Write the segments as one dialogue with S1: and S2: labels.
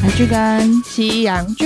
S1: 韩剧跟
S2: 西洋剧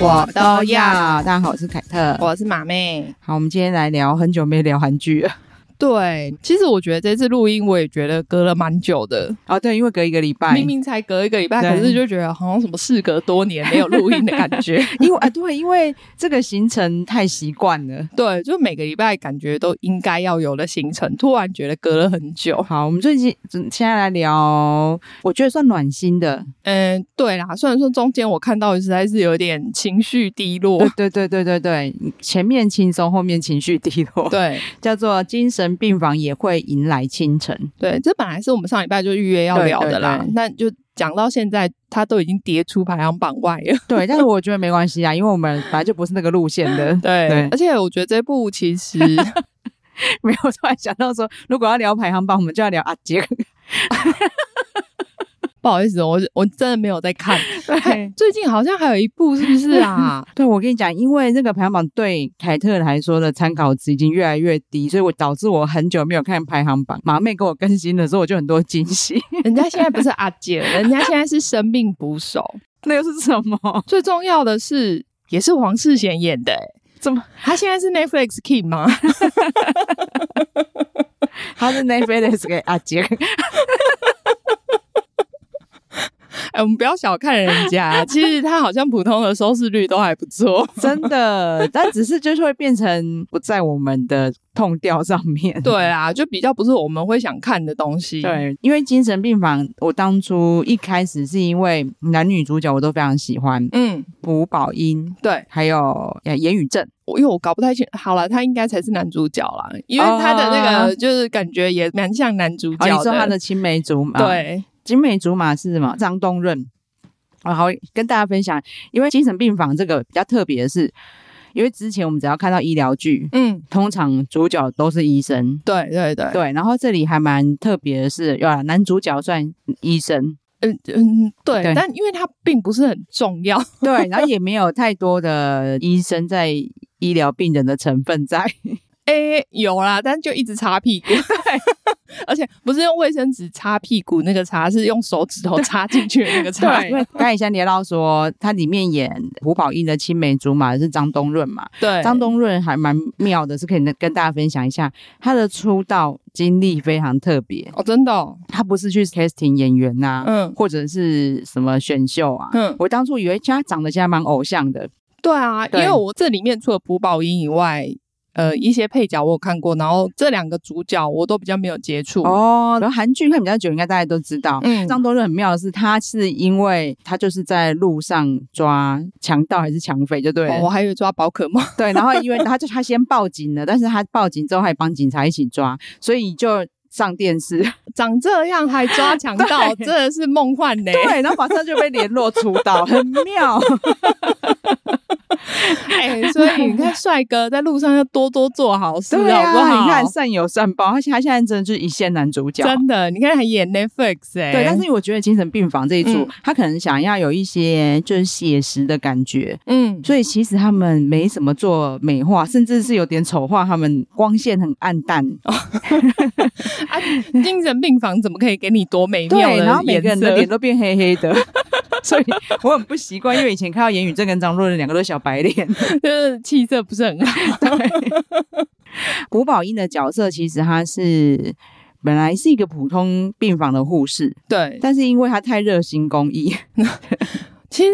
S1: 我都要。大家好，我是凯特。
S2: 我是马妹。
S1: 好，我们今天来聊很久没聊韩剧了。
S2: 对，其实我觉得这次录音，我也觉得隔了蛮久的，
S1: 哦，对，因为隔一个礼拜，
S2: 明明才隔一个礼拜，
S1: 对
S2: 可是就觉得好像什么事隔多年没有录音的感 觉。
S1: 因为啊，对，因为这个行程太习惯了。
S2: 对，就每个礼拜感觉都应该要有的行程，突然觉得隔了很久。
S1: 好，我们最近现在来聊，我觉得算暖心的。
S2: 嗯，对啦，虽然说中间我看到实在是有点情绪低落
S1: 对。对对对对对，前面轻松，后面情绪低落，，
S2: 对
S1: 叫做精神病房也会迎来清晨。
S2: 对，这本来是我们上礼拜就预约要
S1: 对
S2: 聊
S1: 对
S2: 的啦
S1: 对，
S2: 那就讲到现在，它都已经跌出排行榜外了。。
S1: 对，但是我觉得没关系啊，因为我们本来就不是那个路线的
S2: 对，
S1: 对
S2: 而且我觉得这部其 实
S1: 没有突然想到说，如果要聊排行榜，我们就要聊阿杰。
S2: 不好意思，哦我我真的没有在看。
S1: 对，？
S2: 最近好像还有一部，是不是啊
S1: 对，我跟你讲，因为那个排行榜对凯特来说的参考值已经越来越低，所以我导致我很久没有看排行榜。马妹给我更新的时候，我就很多惊喜。
S2: 人家现在不是阿姐，人家现在是生命捕手。
S1: 那又是什么？
S2: 最重要的是，也是黄世贤演的、欸。
S1: 怎么？
S2: 他现在是 Netflix King 吗？
S1: 他是 Netflix 给阿杰，
S2: 哎、我们不要小看人家，其实他好像普通的收视率都还不错。
S1: 真的，但只是就是会变成不在我们的痛调上面。
S2: 对啦，就比较不是我们会想看的东西。，
S1: 对，因为精神病房，我当初一开始是因为男女主角我都非常喜欢，
S2: 嗯，
S1: 朴宝英
S2: 对，
S1: 还有呃言语症。
S2: 我因为我搞不太清，好了，他应该才是男主角啦，因为他的那个就是感觉也蛮像男主
S1: 哦，
S2: 角
S1: 你
S2: 的。
S1: 说他的啊青梅竹马？。
S2: 对，
S1: 青梅竹马是什么？张东润。啊，好，跟大家分享，因为精神病房这个比较特别的是，因为之前我们只要看到医疗剧，
S2: 嗯，
S1: 通常主角都是医生。
S2: 对对对，
S1: 对，然后这里还蛮特别的是，啊，男主角算医生，
S2: 嗯嗯，对，
S1: 对
S2: 但因为它并不是很重要，
S1: 对，然后也没有太多的医生在医疗病人的成分在，
S2: 诶、有啦，但就一直擦屁股， 而且不是用卫生纸擦屁股那个擦，是用手指头插进去的那个擦，
S1: 因为刚才先聊到说，他里面演胡宝英的青梅竹马是张东润嘛，
S2: 对，
S1: 张东润还蛮妙的，是可以跟大家分享一下他的出道经历非常特别。
S2: 哦，真的哦、
S1: 他不是去 casting 演员呐、
S2: 嗯
S1: 或者是什么选秀啊。
S2: 嗯，
S1: 我当初以为他长得现在蛮偶像的，
S2: 对啊，
S1: 对
S2: 因为我这里面除了朴宝英以外，呃，一些配角我有看过，然后这两个主角我都比较没有接触，
S1: 哦，然后韩剧看比较久，应该大家都知道。
S2: 嗯，
S1: 张多润很妙的是，他是因为他就是在路上抓强盗还是强匪，就对了
S2: 哦我还以为抓宝可梦，
S1: 对，然后因为他就他先报警了，但是他报警之后还帮警察一起抓，所以就上电视，
S2: 长这样还抓强盗，
S1: 对
S2: 真的是梦幻呢、
S1: 对， 然后马上就被联络出道，很妙。
S2: 哎、所以你看，帅哥在路上要多多做好事，
S1: 对
S2: 好不
S1: 啊，
S2: 好？
S1: 你看善有善报，而且他现在真的就是一线男主角。
S2: 真的，你看还演 Netflix 哎、
S1: 对，但是我觉得精神病房这一组，
S2: 嗯
S1: 他可能想要有一些就是写实的感觉，
S2: 嗯，
S1: 所以其实他们没怎么做美化，甚至是有点丑化，他们光线很暗淡。
S2: 哦啊，精神病房怎么可以给你多美妙的
S1: 对，然后每个人的
S2: 颜
S1: 脸
S2: 色
S1: 都变黑黑的， 所以我很不习惯，因为以前看到严宇正跟张若昀两个都是小白脸。
S2: 就是 气色不是很 好。
S1: 古宝英的角色其实她是本来是一个普通病房的护士，
S2: 对，
S1: 但是因为她太热心公益，
S2: 其实。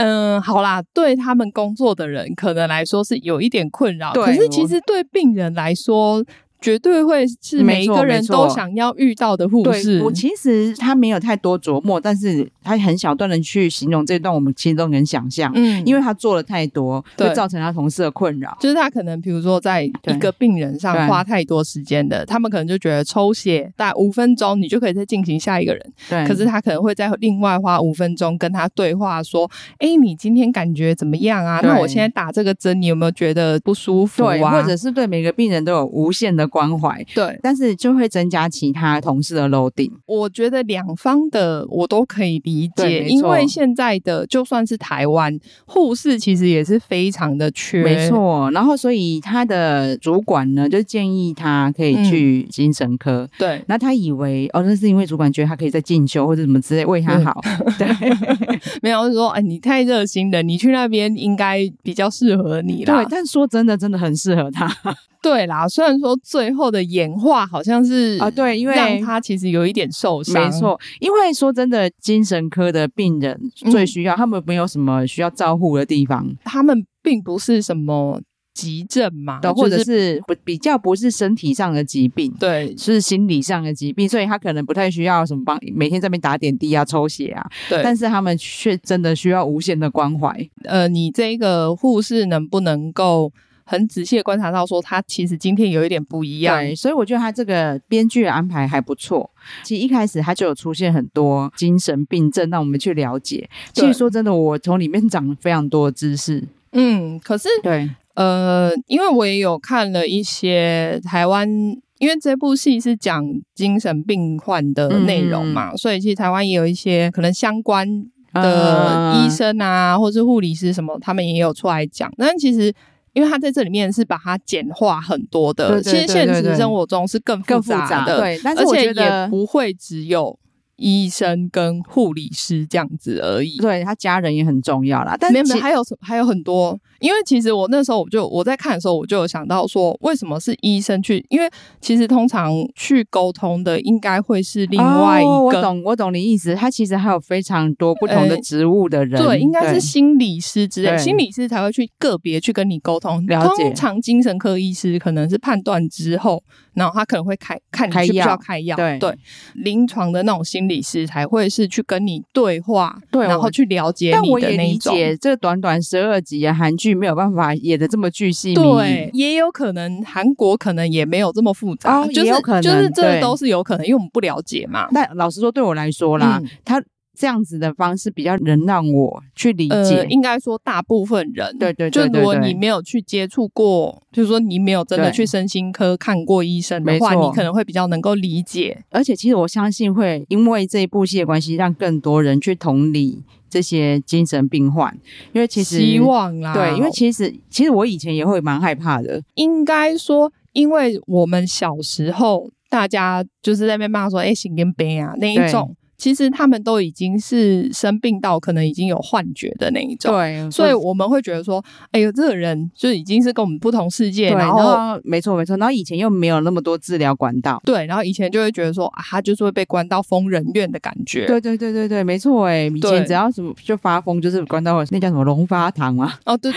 S2: 嗯，好啦，对他们工作的人可能来说是有一点困扰，
S1: 对
S2: 可是其实对病人来说，绝对会是每
S1: 没
S2: 一
S1: 错
S2: 个人
S1: 没错
S2: 都想要遇到的护士
S1: 对，我其实他没有太多琢磨，但是他很小段的去形容这一段，我们其实都能想象，
S2: 嗯
S1: 因
S2: 为
S1: 为他做了太多，
S2: 对
S1: 会造成他同事的困扰。
S2: 就是他可能，比如说在
S1: 对
S2: 一个病人上
S1: 对
S2: 花太多时间的，他们可能就觉得抽血大概五分钟，你就可以再进行下一个人。
S1: 对，
S2: 可是他可能会在另外花五分钟跟他对话，说：“哎，你今天感觉怎么样啊？
S1: 对
S2: 那我现在打这个针，你有没有觉得不舒服
S1: 对，
S2: 啊？”
S1: 或者是对每个病人都有无限的关怀，
S2: 对，
S1: 但是就会增加其他同事的 loading。
S2: 我觉得两方的我都可以理
S1: 对
S2: 解，
S1: 没错
S2: 因为现在的就算是台湾护士，其实也是非常的缺，
S1: 没，错，然后所以他的主管呢，就建议他可以去精神科。
S2: 对。
S1: 那他以为哦，那是因为主管觉得他可以再进修或者什么之类为他好，对
S2: 没有，就是说，哎，你太热心了，你去那边应该比较适合你啦
S1: 对。。但说真的，真的很适合他
S2: 对啦，虽然说最后的演化好像是
S1: 啊。对，因为
S2: 让他其实有一点受伤，
S1: 没，错，因为说真的，精神科的病人
S2: 嗯
S1: 最需要，他们没有什么需要照护的地方
S2: 他们并不是什么急症嘛，
S1: 的，
S2: 就
S1: 或者是不比较不是身体上的疾病。
S2: 对
S1: 是心理上的疾病，所以他可能不太需要什么帮，每天在那边打点滴啊、抽血啊，
S2: 对，
S1: 但是他们却真的需要无限的关怀。
S2: 呃，你这个护士能不能够很仔细的观察到，说他其实今天有一点不一样？
S1: 对，所以我觉得他这个编剧的安排还不错。其实一开始他就有出现很多精神病症，让我们去了解。其
S2: 对
S1: 实说真的，我从里面长了非常多的知识。
S2: 嗯，可是
S1: 对，
S2: 呃，因为我也有看了一些台湾。因为这部戏是讲精神病患的
S1: 嗯
S2: 内容嘛，所以其实台湾也有一些可能相关
S1: 嗯
S2: 的
S1: 呃
S2: 医生啊，或是护理师什么，他们也有出来讲。但其实，因为他在这里面是把它简化很多的，
S1: 对对对
S2: 其实现
S1: 对对
S2: 实生活中是更
S1: 更复
S2: 杂
S1: 杂
S2: 的，
S1: 对但是
S2: 而
S1: 我
S2: 且
S1: 觉得
S2: 也不会只有医生跟护理师这样子而已。
S1: 对他家人也很重要啦。但
S2: 没有没
S1: 其
S2: 有，还有什还有很多，因为其实我那时候我就我在看的时候，我就有想到说，为什么是医生去？因为其实通常去沟通的应该会是另外一
S1: 哦我
S2: 个，
S1: 懂，我懂你意思。他其实还有非常多不同的
S2: 呃
S1: 职务的人，
S2: 对，应该是心理师之类，
S1: 对
S2: 心理师才会去个别去跟你沟通。
S1: 了解
S2: 通常精神科医师可能是判断之后，然后他可能会开看你
S1: 开
S2: 需不需
S1: 药
S2: 要开药，
S1: 对
S2: 临床的那种心理师才会是去跟你对话，
S1: 对
S2: 然
S1: 我
S2: 后去了解
S1: 但
S2: 你
S1: 我
S2: 的
S1: 也
S2: 那
S1: 理
S2: 一种。
S1: 解，这短短十二集啊，韩剧没有办法演的这么巨细靡
S2: 对
S1: 遗。，
S2: 也有可能韩国可能也没有这么复杂，
S1: 哦
S2: 就是
S1: 也有可能
S2: 就是这
S1: 对
S2: 都是有可能，因为我们不了解嘛。
S1: 但老实说，对我来说啦，
S2: 嗯
S1: 他这样子的方式比较能让我去理解。
S2: 呃，应该说大部分人，
S1: 对对对
S2: 就
S1: 对
S2: 如果
S1: 对
S2: 你没有去接触过，就是说你没有真的
S1: 对
S2: 去身心科看过医生的
S1: 没
S2: 话，
S1: 错
S2: 你可能会比较能够理解。
S1: 而且，其实我相信会因为这一部戏的关系，让更多人去同理这些精神病患，因为其实
S2: 希望啦，
S1: 对，因为其实其实我以前也会蛮害怕的，
S2: 应该说，因为我们小时候大家就是在那边骂说“哎、行跟杯啊”那一种，其实他们都已经是生病到可能已经有幻觉的那一种。
S1: 对
S2: 所以我们会觉得说，哎呦，这个人就已经是跟我们不同世界，
S1: 对，
S2: 然
S1: 然
S2: 后
S1: 后没错没错，然后以前又没有那么多治疗管道，
S2: 对，然后以前就会觉得说，啊，他就是会被关到疯人院的感觉，
S1: 对对对对对，没错哎，以
S2: 对
S1: 前只要什么就发疯，就是关到那叫什么龙发堂嘛，
S2: 哦，对，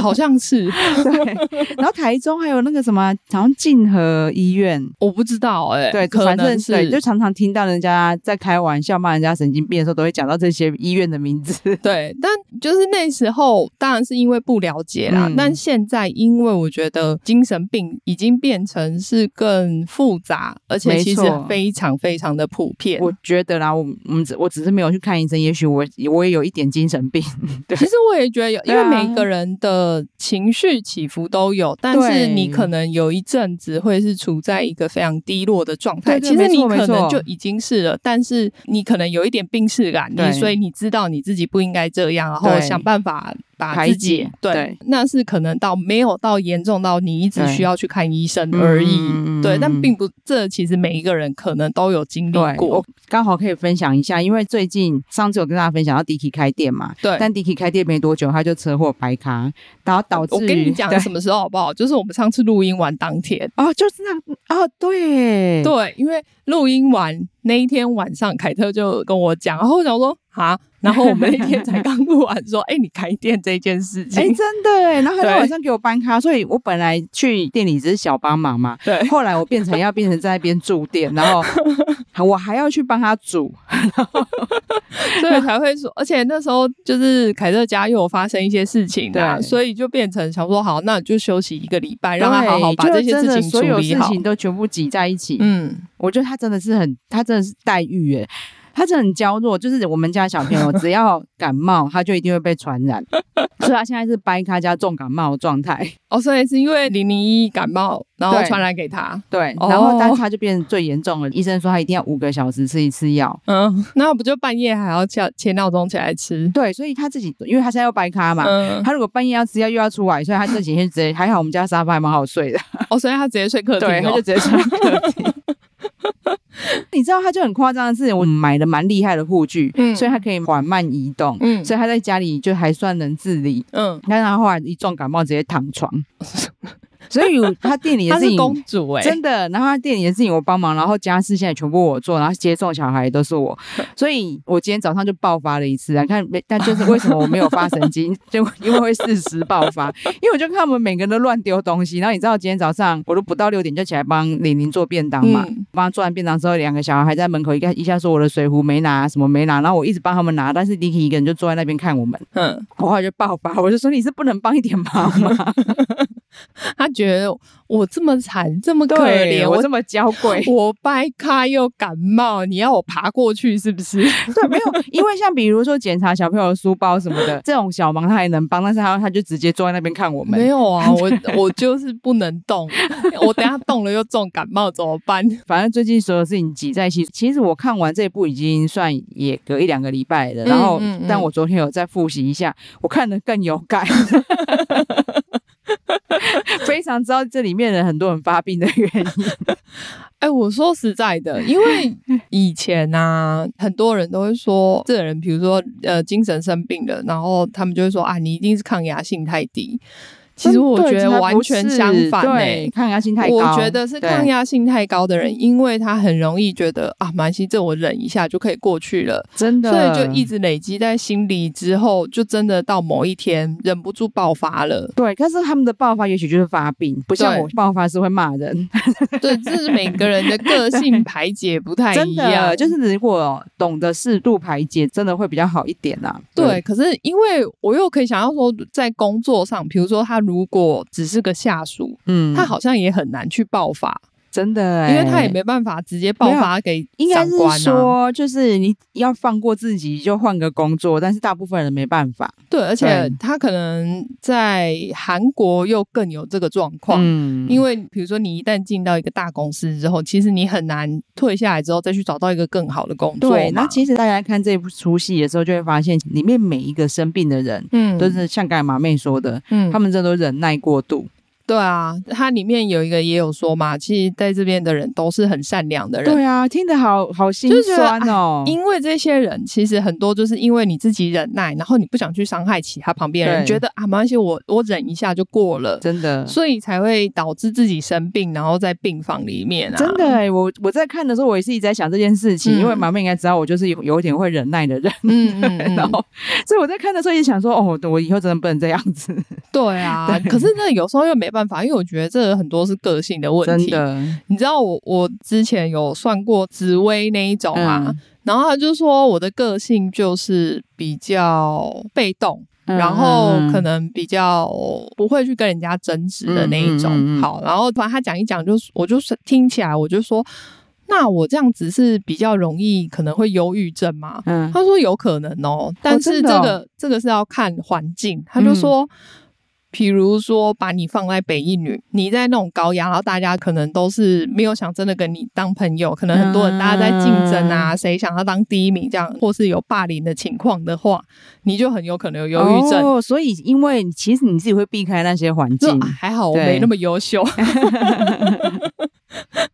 S2: 好像是，
S1: 对，然后台中还有那个什么，好像静和医院，
S2: 我不知道、哎，
S1: 对，
S2: 可
S1: 反正
S2: 能
S1: 对，
S2: 是
S1: 就常常听到人家在开玩笑骂人家神经病的时候，都会讲到这些医院的名字。
S2: 对，但就是那时候当然是因为不了解啦，
S1: 嗯
S2: 但现在因为我觉得精神病已经变成是更复杂，而且
S1: 没
S2: 其实
S1: 错
S2: 非常非常的普遍。
S1: 我觉得啦，我我们只我只是没有去看医生，也许我我也有一点精神病。 对
S2: 其实我也觉得有，因
S1: 对
S2: 为
S1: 啊
S2: 每个人的情绪起伏都有，但是
S1: 对
S2: 你可能有一阵子会是处在一个非常低落的状态。
S1: 对对
S2: 其实
S1: 没
S2: 你
S1: 错
S2: 可
S1: 没
S2: 能
S1: 错
S2: 就已经是了，但是你可能有一点病逝感，
S1: 对
S2: 你所以你知道你自己不应该这样，然后
S1: 对
S2: 想办法把
S1: 排
S2: 自己
S1: 解
S2: 对
S1: 对
S2: 那是可能到没有到严重到你一直
S1: 对
S2: 需要去看医生而已。
S1: 嗯嗯嗯
S2: 对，
S1: 嗯
S2: 但并不，这其实每一个人可能都有经历
S1: 对，
S2: 过
S1: 我。刚好可以分享一下，因为最近上次有跟大家分享到 Dicky 开店嘛，
S2: 对，
S1: 但 Dicky 开店没多久他就车祸白卡，然后导致
S2: 我跟你讲
S1: 对
S2: 什么时候好不好？就是我们上次录音完当天。
S1: 哦，就是那哦，对
S2: 对，因为录音完那一天晚上，凯特就跟我讲，然后我想说哈，然后我们那天才刚录完，说， 哎、你开店这件事
S1: 哎、
S2: 情，
S1: 真的哎，然后他
S2: 对
S1: 在晚上给我搬咖，所以我本来去店里只是小帮忙嘛，
S2: 对，
S1: 后来我变成要变成在那边住店，然 后我还要去帮他煮，
S2: 所以才会说，而且那时候就是凯特家又有发生一些事情啊，
S1: 对
S2: 所以就变成想说，好，那就休息一个礼拜，让他好好把
S1: 对
S2: 这
S1: 就
S2: 些
S1: 真的
S2: 事情处
S1: 所有
S2: 理
S1: 事
S2: 好。
S1: 情都全部挤在一起。
S2: 嗯，
S1: 我觉得他真的是很，他真的是待遇哎，他真的很娇弱，就是我们家小朋友 只要感冒，他就一定会被传染，所以他现在是掰咖加重感冒的状态。
S2: 哦，所以是因为零零一感冒，然后
S1: 对
S2: 传染给他。
S1: 对，
S2: 哦
S1: 然后但他就变成最严重了，医生说他一定要五个小时吃一次药。
S2: 嗯，那不就半夜还要叫切闹钟起来吃？
S1: 对，所以他自己，因为他现在要掰咖嘛。
S2: 嗯，
S1: 他如果半夜要吃药又要出来，所以他这几天直接还好，我们家沙发还蛮好睡的。
S2: 哦，所以他直接睡客厅、
S1: 对，他
S2: 哦
S1: 就直，接穿客厅。 你知道，他就很夸张的是，我买了蛮厉害的护具，
S2: 嗯
S1: 所以他可以缓慢移动，
S2: 嗯
S1: 所以他在家里就还算能自理。
S2: 嗯，
S1: 但是他后来一重感冒，直接躺 床。所以我他店里的
S2: 她
S1: 事
S2: 是
S1: 情
S2: 公主哎、
S1: 真的，然后他店里的事情我帮忙，然后家事现在全部我做，然后接送小孩都是 我，所以我今天早上就爆发了一次啊！看，没，但就是为什么我没有发神 经，就因为会适时爆发，因为我就看他们每个人都乱丢东西，然后你知道今天早上我都不到六点就起来帮玲玲做便当嘛，
S2: 嗯
S1: 帮她做完便当之后，两个小孩还在门口一下一下说我的水壶没拿，什么没拿，然后我一直帮他们拿，但是 Dicky 一个人就坐在那边看我 们，
S2: 嗯，
S1: 我后来就爆发，我就说你是不能帮一点忙吗？
S2: 他觉得我这么惨，这么可
S1: 对
S2: 怜，
S1: 我
S2: 我
S1: 这么娇贵。
S2: 我掰开又感冒，你要我爬过去是不 是？
S1: 对，没有，因为像比如说 检查小朋友的书包什么的，这种小忙他还能帮，但是他他就直接坐在那边看我
S2: 没
S1: 们。
S2: 有啊，我我就是不能动， 我等下动了又重感冒怎么办？
S1: 反正最近所有事情挤在一起，其实我看完这部已经算也隔一两个礼拜了，然后、
S2: 嗯嗯
S1: 但我昨天有再复习一下，我看的更有 感。非常知道这里面的很多人发病的原因，
S2: 哎、我说实在的，因为以前啊，很多人都会说，这个人比如说呃精神生病了，然后他们就会说啊，你一定是抗压性太低。其实我觉得完全相反欸呢、
S1: 对，抗压性太高。
S2: 我觉得是抗
S1: 对，
S2: 压性太高的人，因为他很容易觉得啊，蛮西这我忍一下就可以过去了，
S1: 真的，。
S2: 所以就一直累积在心里，之后就真的到某一天忍不住爆发了
S1: 对。但是他们的爆发也许就是发病，不像
S2: 对
S1: 我爆发是会骂人。
S2: 对，这是每个人的个性排解不太一
S1: 真
S2: 样，
S1: 的就是如果懂得适度排解，真的会比较好一点啊。
S2: 对，，可是因为我又可以想要说，在工作上，比如说他如果只是个下属，
S1: 嗯，
S2: 他好像也很难去爆发，
S1: 真的、欸，
S2: 因为他也没办法直接爆发给
S1: 应该
S2: 长
S1: 是
S2: 官啊。
S1: 说，就是你要放过自己，就换个工作，但是大部分人没办法。
S2: 对，而且
S1: 对
S2: 他可能在韩国又更有这个状况。
S1: 嗯
S2: 因
S1: 为
S2: 为比如说，你一旦进到一个大公司之后，其实你很难退下来之后再去找到一个更好的工作嘛。
S1: 对，那其实大家看这部出戏的时候，就会发现里面每一个生病的人，
S2: 嗯
S1: 都是像刚才马妹说的，
S2: 嗯
S1: 他们这都忍耐过度。
S2: 对啊，它里面有一个也有说嘛，其实在这边的人都是很善良的人，
S1: 对啊，听得好好心
S2: 就觉得
S1: 酸哦。
S2: 因为这些人其实很多就是因为你自己忍耐，然后你不想去伤害其他旁边的人，
S1: 对
S2: 觉得啊没关系，我我忍一下就过了，
S1: 真的，
S2: 所以才会导致自己生病，然后在病房里面啊。
S1: 真的、欸，我我在看的时候，我也是一直在想这件事情，
S2: 嗯
S1: 因为妈妈应该知道我就是有有一点会忍耐的人，
S2: 嗯，嗯 嗯
S1: 然后所以我在看的时候也想说，哦，我以后真的不能这样子，
S2: 对 啊，可是那有时候又没办法，因为我觉得这很多是个性的问
S1: 真
S2: 题。
S1: 的，
S2: 你知道我我之前有算过紫薇那一种啊，
S1: 嗯
S2: 然后他就说我的个性就是比较被动，
S1: 嗯
S2: 然后可能比较不会去跟人家争执的那一种。
S1: 嗯嗯嗯嗯
S2: 好，然后反正他讲一讲就，我就是听起来我就说，那我这样子是比较容易可能会忧郁症吗？
S1: 嗯，
S2: 他说有可能哦，但是
S1: 真
S2: 这
S1: 的哦嗯
S2: 个、这个是要看环境。他就说，比如说把你放在北一女，你在那种高压，然后大家可能都是没有想真的跟你当朋友，可能很多
S1: 嗯
S2: 人大家在竞争啊，谁想要当第一名这样，或是有霸凌的情况的话，你就很有可能有忧郁症。
S1: 哦，所以因为其实你 自己会避开那些环
S2: 就
S1: 境
S2: 啊，还好我
S1: 对
S2: 没那么优秀，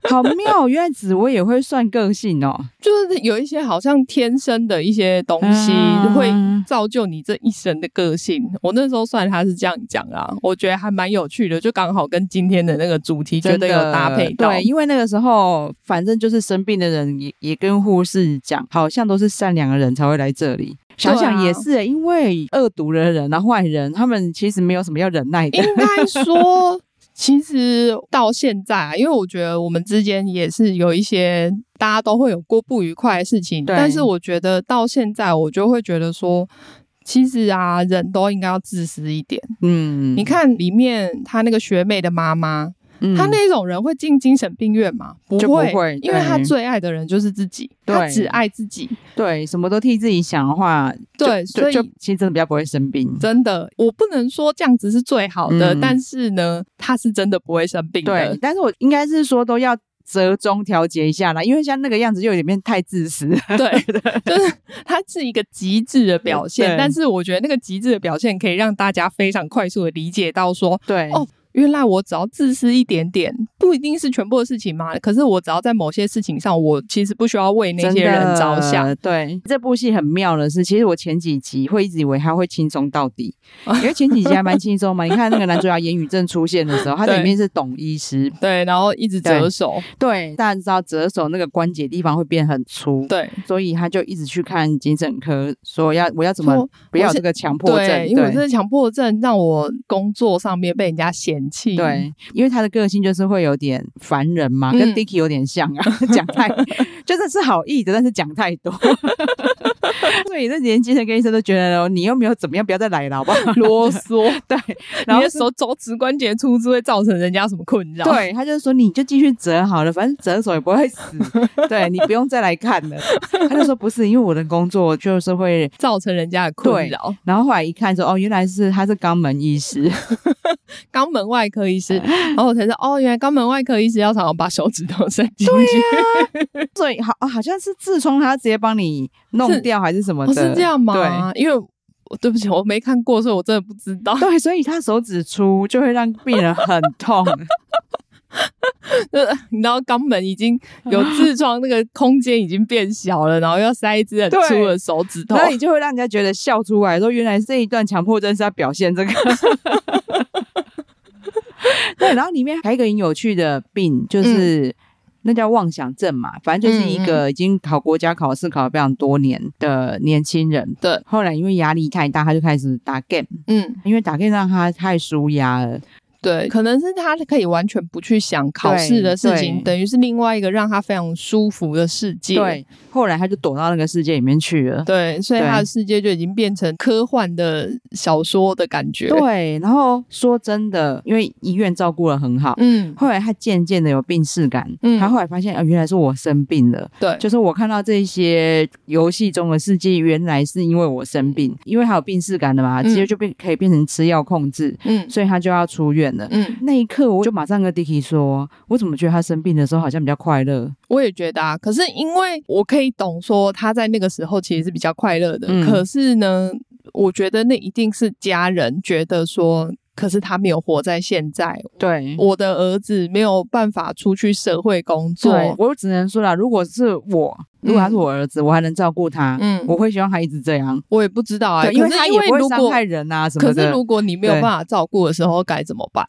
S1: 好妙，原来紫薇也会算个性哦。
S2: 就是有一些好像天生的一些东西
S1: 嗯
S2: 会造就你这一生的个性。我那时候算他是这样讲啦，我觉得还蛮有趣的，就刚好跟今天的那个主 题觉
S1: 真
S2: 得
S1: 的
S2: 有搭配到。
S1: 对，因为那个时候反正就是生病的人也也跟护士讲，好像都是善良的人才会来这里。
S2: 啊
S1: 想想也是、欸因为恶毒的人啊、坏人，他们其实没有什么要忍耐的
S2: 应。该 说，其实到现在啊，因为我觉得我们之间也是有一些大家都会有过不愉快的事情，
S1: 对
S2: 但是我觉得到现在，我就会觉得说。其实啊，人都应该要自私一点。
S1: 嗯，
S2: 你看里面他那个学妹的妈妈，
S1: 嗯，
S2: 她那种人会进精神病院吗？不
S1: 就不会
S2: 因为她
S1: 对
S2: 最爱的人就是自己，
S1: 对
S2: 她只爱自己。
S1: 对什么都替自己想的话，就
S2: 对
S1: 就
S2: 所以
S1: 就其实真的比较不会生病。
S2: 真的，我不能说这样子是最好的，
S1: 嗯
S2: 但是呢，她是真的不会生病的
S1: 对，。但是我应该是说都要折中调节一下啦，因为像那个样子就有点太自私。
S2: 对，就是它是一个极致的表现，
S1: 对
S2: 但是我觉得那个极致的表现可以让大家非常快速的理解到说，
S1: 对，
S2: 哦原来我只要自私一点点，不一定是全部的事情嘛，可是我只要在某些事情上，我其实不需要为那
S1: 真
S2: 些
S1: 的
S2: 人着想。。
S1: 对，这部戏很妙的是，其实我前几集会一直以为他会轻松到底，因为前几集还蛮轻松嘛。你看那个男主角严宇正出现的时候，他
S2: 对
S1: 里面是懂医师，
S2: 对，然后一直折手，
S1: 对，大家知道折手那个关节地方会变很粗，
S2: 对
S1: 所以他就一直去看精神科，说要我要怎么
S2: 说
S1: 不要
S2: 我
S1: 有
S2: 是
S1: 这个强迫症，
S2: 对，因为我
S1: 对
S2: 这个强迫症让我工作上面被人家嫌弃。
S1: 对，因为他的个性就是会有点烦人嘛，
S2: 嗯
S1: 跟 Dicky 有点像啊， 讲太真的是好意的，但是讲太多， 所以这连精神科医生都觉得哦，你又没有怎么样，不要再来了，好不好？
S2: 啰嗦，
S1: 对，然后
S2: 你的。手肘指关节粗粗会造成人家什么困扰？
S1: 对，他就说你就继续折好了，反正折手也不会 死，对你不用再来看了。他就说不是，因为我的工作就是会，
S2: 造成人家的困扰。
S1: 然后后来一看说哦，原来是他是肛门医师，
S2: 肛门外科医师， 然后我才知道哦，原来肛门外科医师要常常把手指头伸进去，
S1: 所以好哦好像是痔疮，他直接帮你弄
S2: 是
S1: 掉还是什么的，
S2: 哦，是这样
S1: 对，
S2: 吗？因为我对不起，我没看过，所以我真的不知 道。
S1: 对，所以他手指粗就会让病人很痛。
S2: 就是你知道肛门已经有痔疮，那个空间已经变小了，然后要塞一只很粗的手指 头
S1: 然，后你就会让人家觉得笑出来，说原来这一段强迫症是要表现这 个。对，然后里面还有一个很有趣的病，就是、那叫妄想症嘛，反正就是一个已经考国家考试考了非常多年的年轻人。
S2: 对，
S1: 后来因为压力太大，他就开始打 game，
S2: 嗯，
S1: 因为打 game 让他太舒压了。
S2: 对，可能是他可以完全不去想考试的事情，
S1: 对
S2: 等于是另外一个让他非常舒服的世界。
S1: 对，后来他就躲到那个世界里面去了。
S2: 对，所以
S1: 对
S2: 他的世界就已经变成科幻的小说的感觉。，
S1: 对，然后说真的，因为医院照顾的很好，
S2: 嗯，
S1: 后来他渐渐的有病逝感，
S2: 嗯
S1: 他后来发现啊、呃原来是我生病了。
S2: 对，
S1: 就是我看到这些游戏中的世界，原来是因为我生病，因为他有病逝感的嘛，
S2: 嗯
S1: 直接就变可以变成吃药控制，
S2: 嗯
S1: 所以他就要出院了。
S2: 嗯。
S1: 那一刻，我就马上跟 Dicky 说，我怎么觉得他生病的时候好像比较快乐？
S2: 我也觉得啊，可是因为我可以懂说他在那个时候其实是比较快乐的，
S1: 嗯
S2: 可是呢，我觉得那一定是家人觉得说。可是他没有活在现在，
S1: 对，
S2: 我的儿子没有办法出去社会工
S1: 对
S2: 作，
S1: 我只能说啦，如果是我，如果他是我儿子，我还能照顾他，
S2: 嗯
S1: 我会希望他一直这样，
S2: 我也不知道啊、
S1: 对，因为
S2: 可是
S1: 他也不
S2: 因为
S1: 会
S2: 如
S1: 伤
S2: 果
S1: 害人啊什么
S2: 可
S1: 的。
S2: 是如果你没有
S1: 对
S2: 办法照顾的时候该怎么办？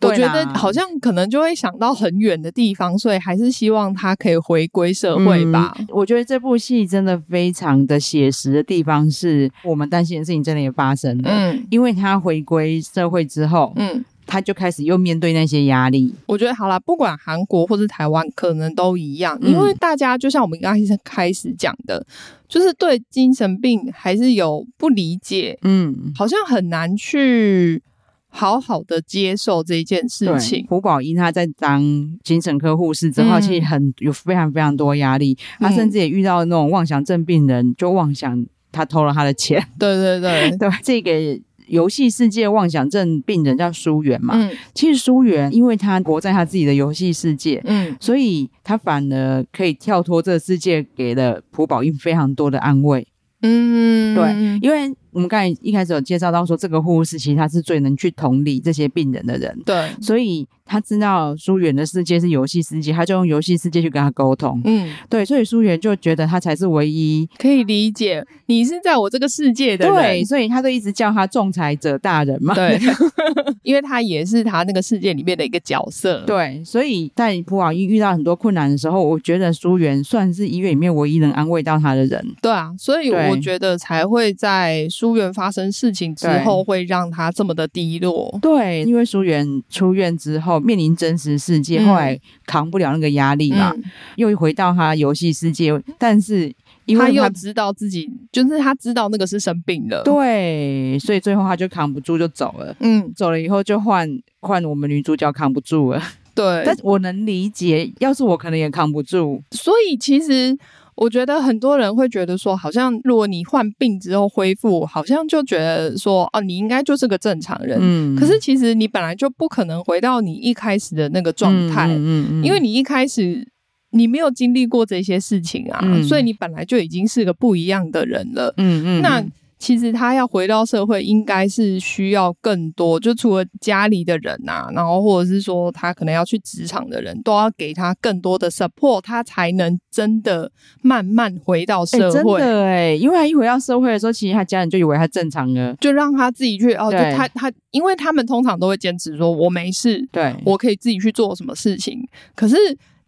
S2: 我
S1: 对
S2: 觉
S1: 啦
S2: 得好像可能就会想到很远的地方，所以还是希望他可以回归社会吧。
S1: 嗯我觉得这部戏真的非常的写实的地方是，我们担心的事情真的也发生了。
S2: 嗯
S1: 因为他回归社会之后，
S2: 嗯，
S1: 他就开始又面对那些压力。
S2: 我觉得好啦，不管韩国或是台湾，可能都一样，
S1: 嗯
S2: 因为大家就像我们刚开始开始讲的，就是对精神病还是有不理解，
S1: 嗯，
S2: 好像很难去好好的接受这一件事
S1: 对
S2: 情。
S1: 胡宝英她在当精神科护士之后，
S2: 嗯
S1: 其实很有非常非常多压力，她甚至也遇到那种妄想症病人，就妄想他偷了他的钱。
S2: 对对对，
S1: 对，这个游戏世界妄想症病人叫舒媛嘛。
S2: 嗯
S1: 其实舒媛因为她活在她自己的游戏世界，
S2: 嗯，
S1: 所以他反而可以跳脱这个世界，给了朴宝英非常多的安慰。
S2: 嗯，
S1: 对，因为我们刚才一开始有介绍到说，这个护士其实他是最能去同理这些病人的人，
S2: 对，
S1: 所以他知道疏远的世界是游戏世界，他就用游戏世界去跟他沟通。
S2: 嗯，
S1: 对，所以疏远就觉得他才是唯一。
S2: 可以理解，你是在我这个世界的
S1: 对，
S2: 人，
S1: 所以他就一直叫他仲裁者大人嘛。
S2: 对， 因为他也是他那个世界里面的一个角色，，
S1: 对，所以在普瓦伊遇到很多困难的时候，我觉得苏媛算是医院里面唯一能安慰到他的人。
S2: 对啊，所以
S1: 对
S2: 我觉得才会在疏远发生事情之后，会让他这么的低落，
S1: 对，因为苏媛出院之后面临真实世界，
S2: 嗯
S1: 后来扛不了那个压力嘛，
S2: 嗯
S1: 又回到他游戏世界，但是因
S2: 他
S1: 为
S2: 又
S1: 他
S2: 知道自己，就是他知道那个是生病了，，
S1: 对，所以最后他就扛不住就走了。
S2: 嗯，
S1: 走了以后就换换我们女主角扛不住了，
S2: 对，
S1: 但我能理解，要是我可能也扛不住。
S2: 所以其实我觉得很多人会觉得说，好像如果你患病之后恢复，好像就觉得说，哦，你应该就是个正常人。
S1: 嗯
S2: 可是其实你本来就不可能回到你一开始的那个状态，
S1: 嗯嗯
S2: 因为你一开始。你没有经历过这些事情啊，
S1: 嗯
S2: 所以你本来就已经是个不一样的人了。
S1: 嗯嗯，
S2: 那其实他要回到社会，应该是需要更多，就除了家里的人啊，然后或者是说他可能要去职场的人，都要给他更多的 support，他才能真的慢慢回到
S1: 哎、
S2: 社
S1: 真
S2: 会。
S1: 的哎、因为他一回到社会的时候，其实他家人就以为他正常了。
S2: 就让他自己去哦，就
S1: 对
S2: 他他，因为他们通常都会坚持说，我没事，
S1: 对，
S2: 我可以自己去做什么事情。可是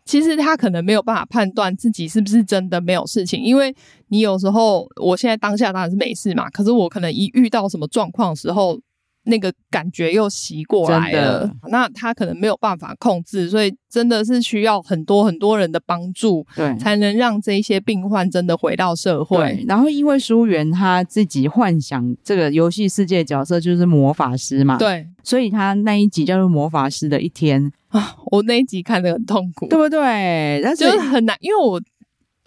S2: 其实他可能没有办法判断自己是不是真的没有事情，因为你有时候我现在当下当然是没事嘛，可是我可能一遇到什么状况的时候，那个感觉又袭过来
S1: 真
S2: 了
S1: 的，
S2: 那他可能没有办法控制，所以真的是需要很多很多人的帮助，
S1: 对。
S2: 才能让这一些病患真的回到社
S1: 对
S2: 会。，
S1: 然后因为舒媛她自己幻想这个游戏世界角色就是魔法师嘛，，
S2: 对
S1: 所以她那一集叫做《魔法师的一天》，
S2: 啊，我那一集看得很痛苦，
S1: 对不对？但是
S2: 就是很难，因为我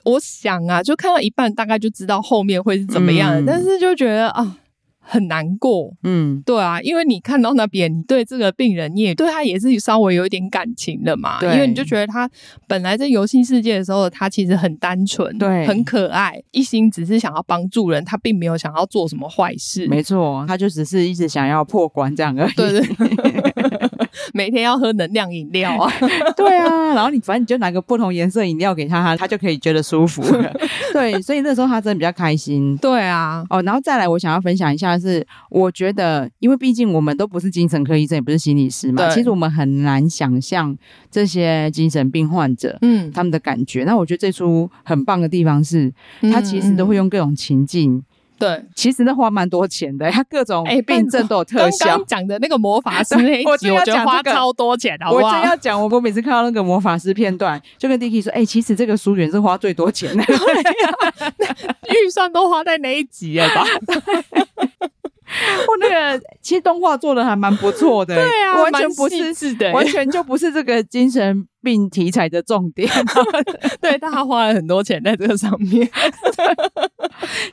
S2: 我想啊，就看到一半大概就知道后面会是怎么样的，
S1: 嗯
S2: 但是就觉得啊很难过。
S1: 嗯，
S2: 对啊，因为你看到那边，你对这个病人，你也对他也是稍微有一点感情的嘛，因
S1: 对
S2: 为你就觉得他本来在游戏世界的时候，他其实很单纯，
S1: 对
S2: 很可爱，一心只是想要帮助人，他并没有想要做什么坏事，
S1: 没错，他就只是一直想要破关这样而已。
S2: 对对，每天要喝能量饮料啊，
S1: 对啊，然后你反正你就拿个不同颜色饮料给他，他就可以觉得舒服了。 对，所以那时候他真的比较开心。
S2: 对啊，
S1: 哦，然后再来，我想要分享一下是，我觉得，因为毕竟我们都不是精神科医生，也不是心理师嘛，
S2: 对
S1: 其实我们很难想象这些精神病患者
S2: 嗯，
S1: 他们的感觉。那我觉得这出很棒的地方是，他其实都会
S2: 嗯、嗯
S1: 用各种情境，
S2: 对
S1: 其实那花蛮多钱的，他各种
S2: 哎
S1: 病症都有特
S2: 刚
S1: 效。
S2: 刚讲的那个魔法师那
S1: 我
S2: 一集，
S1: 正
S2: 我
S1: 要
S2: 觉
S1: 讲
S2: 得花
S1: 这个
S2: 超多钱，好
S1: 我
S2: 不
S1: 正
S2: 好？
S1: 要讲，我 我每次看到那个魔法师片段，就跟 Dicky 说：“哎、其实这个书园是花最多钱的。
S2: 预算都花在那一集了 吧？
S1: 我那个 其实动画做的还蛮不错的、欸
S2: 对啊，
S1: 完全不
S2: 蛮细
S1: 是，
S2: 致的，欸
S1: 完全就不是这个精神病题材的重 点，
S2: 对，但他花了很多钱在这个上面。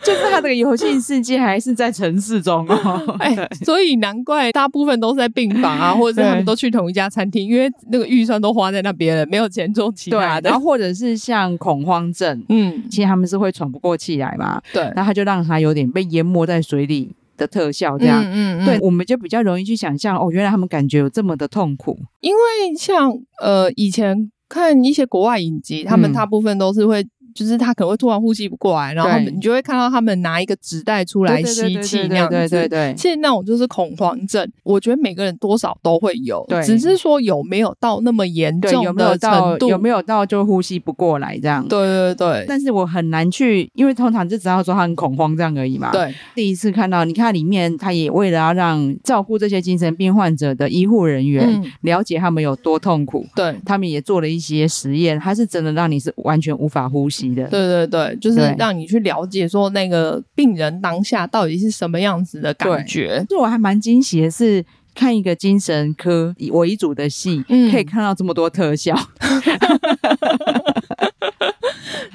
S1: 就是他这个游戏世界还是在城市中哦。
S2: 哎，所以难怪大部分都是在病房啊，或者是他们
S1: 对
S2: 都去同一家餐厅，因为那个预算都花在那边了，没有钱做 其
S1: 对，啊
S2: 他
S1: 然
S2: 的
S1: 后。或者是像恐慌症，
S2: 嗯，
S1: 其实他们是会喘不过气来嘛，
S2: 对，
S1: 然后他就让他有点被淹没在水里的特效这样。
S2: 嗯
S1: 对，，我们就比较容易去想象哦，原来他们感觉有这么的痛苦。
S2: 因为像呃以前看一些国外影集，他们
S1: 嗯
S2: 大部分都是会。就是他可能会突然呼吸不过来，然后他们
S1: 对
S2: 你就会看到他们拿一个纸袋出来吸气那样子。
S1: 对对对对对对对
S2: 其实那种就是恐慌症，我觉得每个人多少都会有
S1: 对，
S2: 只是说有没有到那么严
S1: 对，
S2: 重
S1: 有没有
S2: 的
S1: 到
S2: 程度？
S1: 有没有到就呼吸不过来这样？。
S2: 对对对
S1: 但是我很难去，因为通常就只要说他很恐慌这样而已嘛。。
S2: 对
S1: 第一次看到，你看里面他也为了要让照顾这些精神病患者的医护人员、
S2: 嗯
S1: 了解他们有多痛苦，
S2: 对
S1: 他们也做了一些实验，他是真的让你是完全无法呼吸的。
S2: 对对对，就是
S1: 对
S2: 让你去了解说那个病人当下到底是什么样子的
S1: 对
S2: 感觉。
S1: 就我还蛮惊喜的是。看一个精神科为主的戏，
S2: 嗯
S1: 可以看到这么多特效，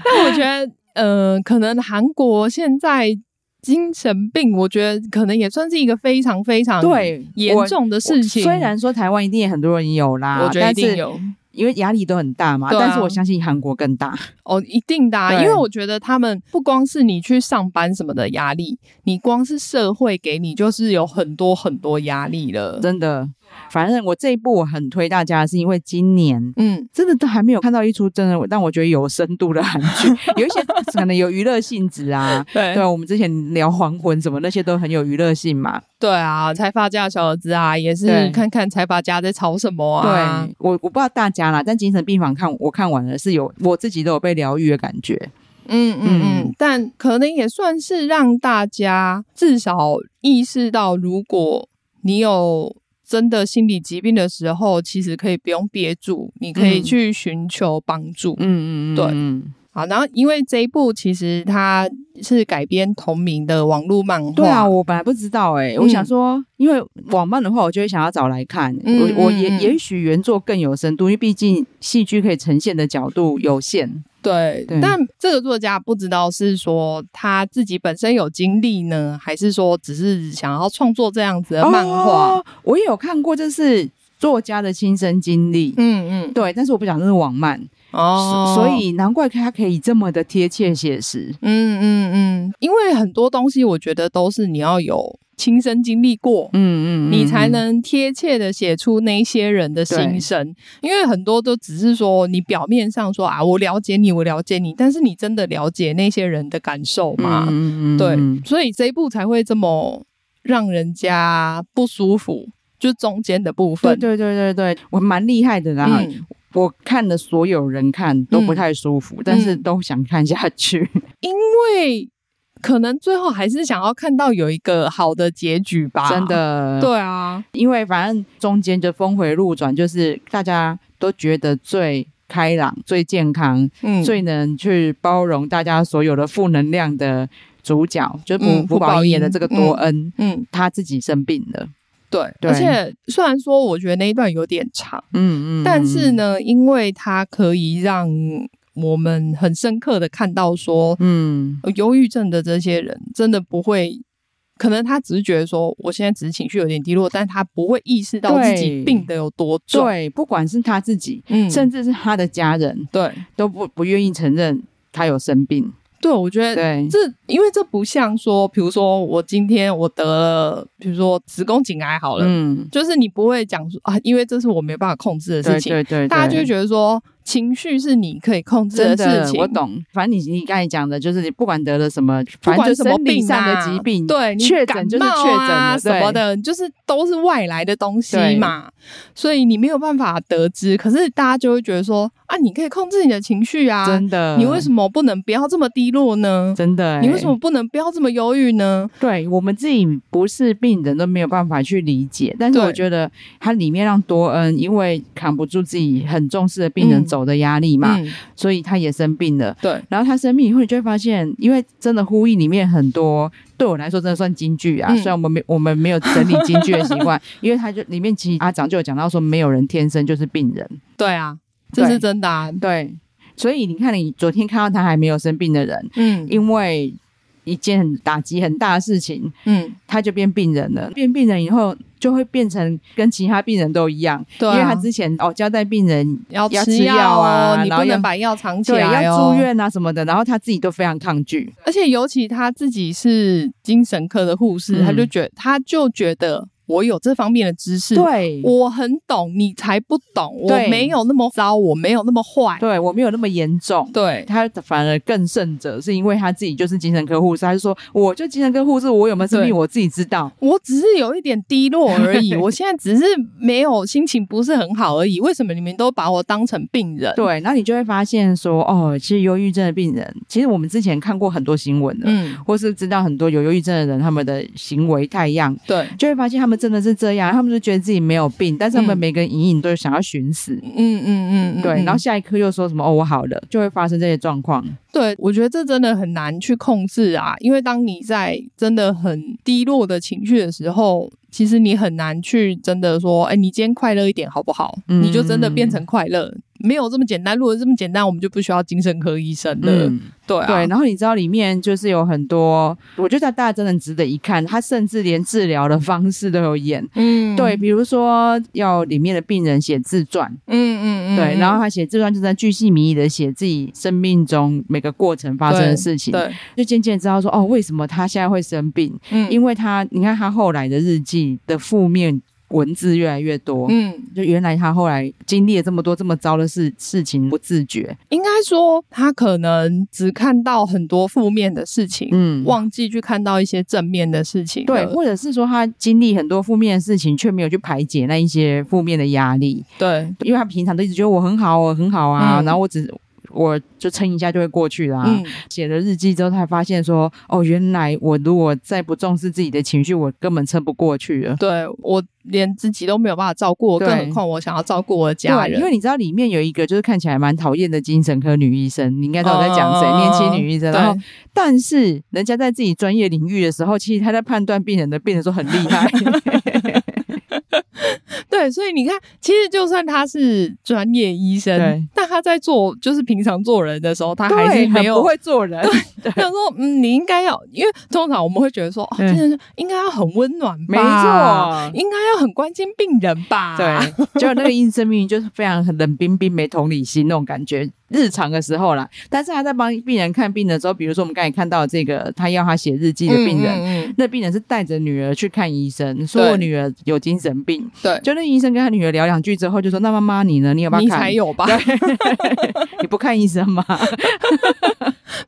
S2: 但我觉得，呃，可能韩国现在精神病，我觉得可能也算是一个非常非常
S1: 对
S2: 严重的事情。
S1: 虽然说台湾一定也很多人有啦，
S2: 我觉得一
S1: 啊但是
S2: 定有，
S1: 因为压力都很大嘛。
S2: 对啊
S1: 但是我相信韩国更大。
S2: 哦，一定的、啊，
S1: 对
S2: 因为我觉得他们不光是你去上班什么的压力，你光是社会给你就是有很多很多压力了。
S1: 真的。反正我这一部我很推大家，是因为今年
S2: 嗯，
S1: 真的都还没有看到一出真的让我觉得有深度的韩剧， 有一些可能有娱乐性质啊。
S2: 对
S1: 对，我们之前聊《黄昏》什么那些都很有娱乐性嘛。
S2: 对啊，财阀家的小儿子啊，也
S1: 对
S2: 是看看财阀家在吵什么啊。
S1: 对，我我不知道大家啦，但精神病房看我看完了是有我自己都有被疗愈的感觉。
S2: 嗯嗯
S1: 嗯
S2: 嗯，但可能也算是让大家至少意识到，如果你有真的心理疾病的时候，其实可以不用憋住，你可以
S1: 嗯
S2: 去寻求帮助。
S1: 嗯嗯嗯，
S2: 对
S1: 嗯
S2: 好，然后因为这一部其实它是改编同名的网络漫画，
S1: 对啊，我本来不知道
S2: 嗯
S1: 哎、我想说，因为网漫的话，我就会想要找来看。
S2: 嗯
S1: 我我也
S2: 嗯嗯
S1: 也许原作更有深度，因为毕竟戏剧可以呈现的角度有限。
S2: 对，
S1: 对
S2: 但这个作家不知道是说他自己本身有经历呢，还是说只是想要创作这样子的漫画？
S1: 哦我也有看过，就是作家的亲身经历。
S2: 嗯嗯，
S1: 对，但是我不讲这是网漫，
S2: 哦，
S1: 所所以难怪他可以这么的贴切写实。
S2: 嗯嗯嗯，因为很多东西我觉得都是你要有亲身经历过。
S1: 嗯
S2: 你才能贴切的写出那些人的心声，因为很多都只是说你表面上说啊，我了解你，我了解你，但是你真的了解那些人的感受吗？
S1: 嗯嗯嗯
S2: 对
S1: 嗯，
S2: 所以这一部才会这么让人家不舒服，就是中间的部
S1: 对
S2: 分。
S1: 对对对对，我蛮厉害的啦。
S2: 嗯，
S1: 我看的所有人看都不太舒服，但是都想看下 去。
S2: 因为可能最后还是想要看到有一个好的结局吧。
S1: 真，的，
S2: 对啊，
S1: 因为反正中间就峰回路转，就是大家都觉得最开朗、最健康、
S2: 嗯，
S1: 最能去包容大家所有的负能量的主角，就是
S2: 嗯
S1: 朴朴
S2: 朴宝
S1: 宝英演
S2: 英
S1: 的这个多恩，
S2: 嗯，
S1: 他自己生病了。
S2: 对，
S1: 对
S2: 而且虽然说我觉得那一段有点长，
S1: 嗯
S2: 但是，呢，因为它可以让我们很深刻的看到说，
S1: 嗯，
S2: 呃忧郁症的这些人真的不会，可能他只是觉得说，我现在只是情绪有点低落，但他不会意识到
S1: 对
S2: 自己病得有多重。
S1: 对，不管是他自己，
S2: 嗯，
S1: 甚至是他的家人，
S2: 对
S1: 都不不愿意承认他有生病。
S2: 对，我觉得。
S1: 对，
S2: 这因为这不像说，比如说我今天我得了，比如说子宫颈癌好了，
S1: 嗯，
S2: 就是你不会讲说啊，因为这是我没办法控制的
S1: 对
S2: 事情，
S1: 对对，
S2: 大家就会
S1: 得。
S2: 觉得说情绪是你可以控制
S1: 真
S2: 事
S1: 的，
S2: 情。
S1: 我懂。反正你你刚才讲的，就是你不管得了什么，
S2: 不
S1: 反正
S2: 管
S1: 就
S2: 什么
S1: 生理
S2: 病
S1: 上的
S2: 啊
S1: 疾病，
S2: 对，你
S1: 确
S2: 感
S1: 诊就是
S2: 冒
S1: 确诊
S2: 啊
S1: 了，
S2: 什么
S1: 对，
S2: 的，就是都是外来的东西
S1: 对
S2: 嘛，所以你没有办法得知。可是大家就会觉得说啊，你可以控制你的情绪啊，
S1: 真的。
S2: 你为什
S1: 么
S2: 么不能不要这么低落呢？
S1: 真的欸？
S2: 你为什么不能不要这么忧郁呢？
S1: 对我们自己不是病人都没有办法去理解，但是
S2: 对
S1: 我觉得它里面让多恩因为扛不住自己很重视的病人
S2: 嗯
S1: 走的压力嘛，
S2: 嗯，
S1: 所以他也生病了。
S2: 对，
S1: 然后他生病以后，你就会发现，因为真的呼应里面很多，对我来说真的算金句啊。
S2: 嗯
S1: 虽然我们没我们没有整理金句的习 惯，因为他就里面其实阿长就有讲到说，没有人天生就是病人，
S2: 对啊，这
S1: 对
S2: 是真的啊。
S1: 对。所以你看，你昨天看到他还没有生病的人，
S2: 嗯
S1: 因为一件很打击很大的事情，
S2: 嗯，
S1: 他就变病人了。变病人以后，就会变成跟其他病人都一样，
S2: 对啊、
S1: 因为他之前哦交代病人
S2: 要
S1: 要
S2: 吃
S1: 吃药啊
S2: 哦你
S1: 然后
S2: 不
S1: 要
S2: 能把药藏起
S1: 对
S2: 来
S1: 要
S2: 哦
S1: 住。院啊什么的，然后他自己都非常抗拒。
S2: 而且尤其他自己是精神科的护士，
S1: 嗯
S2: 他就觉他就觉得我有这方面的知识，
S1: 对，
S2: 我很懂，你才不懂，我
S1: 对
S2: 没有那么糟，我没有那么坏，
S1: 对我没有那么严重。
S2: 对
S1: 他反而更胜者，是因为他自己就是精神科护士，他就说我就精神科护士，我有没有生病
S2: 对
S1: 我自己知道。
S2: 我只是有一点低落而 已，我现在只是没有心情不是很好而已，为什么你们都把我当成病人？
S1: 对，然后你就会发现说，哦，其实忧郁症的病人，其实我们之前看过很多新闻的，
S2: 嗯，
S1: 或是知道很多有忧郁症的人他们的行为太样，
S2: 对，
S1: 就会发现他们真的是这样，他们就觉得自己没有病，但是他们
S2: 嗯
S1: 每个人隐隐都想要寻死。
S2: 嗯嗯嗯嗯，
S1: 对，
S2: 嗯
S1: 然后下一刻又说什么哦，我好了，就会发生这些状况。
S2: 对，我觉得这真的很难去控制啊，因为当你在真的很低落的情绪的时候，其实你很难去真的说，哎，你今天快乐一点好不好？
S1: 嗯
S2: 你就真的变成快乐，没有这么简单。如果这么简单，我们就不需要精神科医生了。
S1: 嗯
S2: 对啊，
S1: 对，然后你知道里面就是有很多，我觉得大家真的值得一看，他甚至连治疗的方式都有演。
S2: 嗯
S1: 对，，比如说要里面的病人写自传，
S2: 嗯嗯嗯，
S1: 对，然后
S2: 还
S1: 他写自传就是在巨细靡遗的写自己生命中每个过程发生的事情，
S2: 对，
S1: 就渐渐知道说哦，为什么他现在会生病，
S2: 嗯
S1: 因为他你看他后来的日记的负面文字越来越多。
S2: 嗯，
S1: 就原来他后来经历了这么多这么糟的事事情，不自觉，
S2: 应该说他可能只看到很多负面的事情，
S1: 嗯
S2: 忘记去看到一些正面的事情了。
S1: 对，或者是说他经历很多负面的事情，却没有去排解那一些负面的压力，
S2: 对，
S1: 因为他平常都一直觉得我很好，我很好啊，
S2: 嗯
S1: 然后我只我就撑一下就会过去啦、
S2: 嗯
S1: 写了日记之后，才发现说，哦，原来我如果再不重视自己的情绪，我根本撑不过去了。
S2: 对我连自己都没有办法照顾，
S1: 对
S2: 更何况我想要照顾我的家
S1: 对啊
S2: 人。
S1: 因为你知道里面有一个就是看起来蛮讨厌的精神科女医生，你应该知道我在讲谁，
S2: 嗯
S1: 年轻女医生。然后
S2: 对，
S1: 但是人家在自己专业领域的时候，其实她在判断病人的病人说很厉害。
S2: 对，所以你看，其实就算他是专业医
S1: 对
S2: 生，但他在做就是平常做人的时候，他还
S1: 对
S2: 是没
S1: 很
S2: 有
S1: 不。会做人，
S2: 他说：“嗯，你应该要，因为通常我们会觉得说，哦，
S1: 嗯
S2: 真的是应该要很温暖吧，
S1: 没错。
S2: 应该要很关心病人吧，
S1: 对，就那个医生明明就是非常很冷冰冰、没同理心那种感觉，日常的时候啦。但是他在帮病人看病的时候，比如说我们刚才看到这个，他要他写日记的
S2: 嗯
S1: 病人，
S2: 嗯嗯
S1: 那病人是带着女儿去看医生，说我女儿有精神病。
S2: 对
S1: 就那医生跟他女儿聊两句之后，就说：“那妈妈你呢？你有没有
S2: 你
S1: 看？
S2: 才有吧？
S1: 你不看医生吗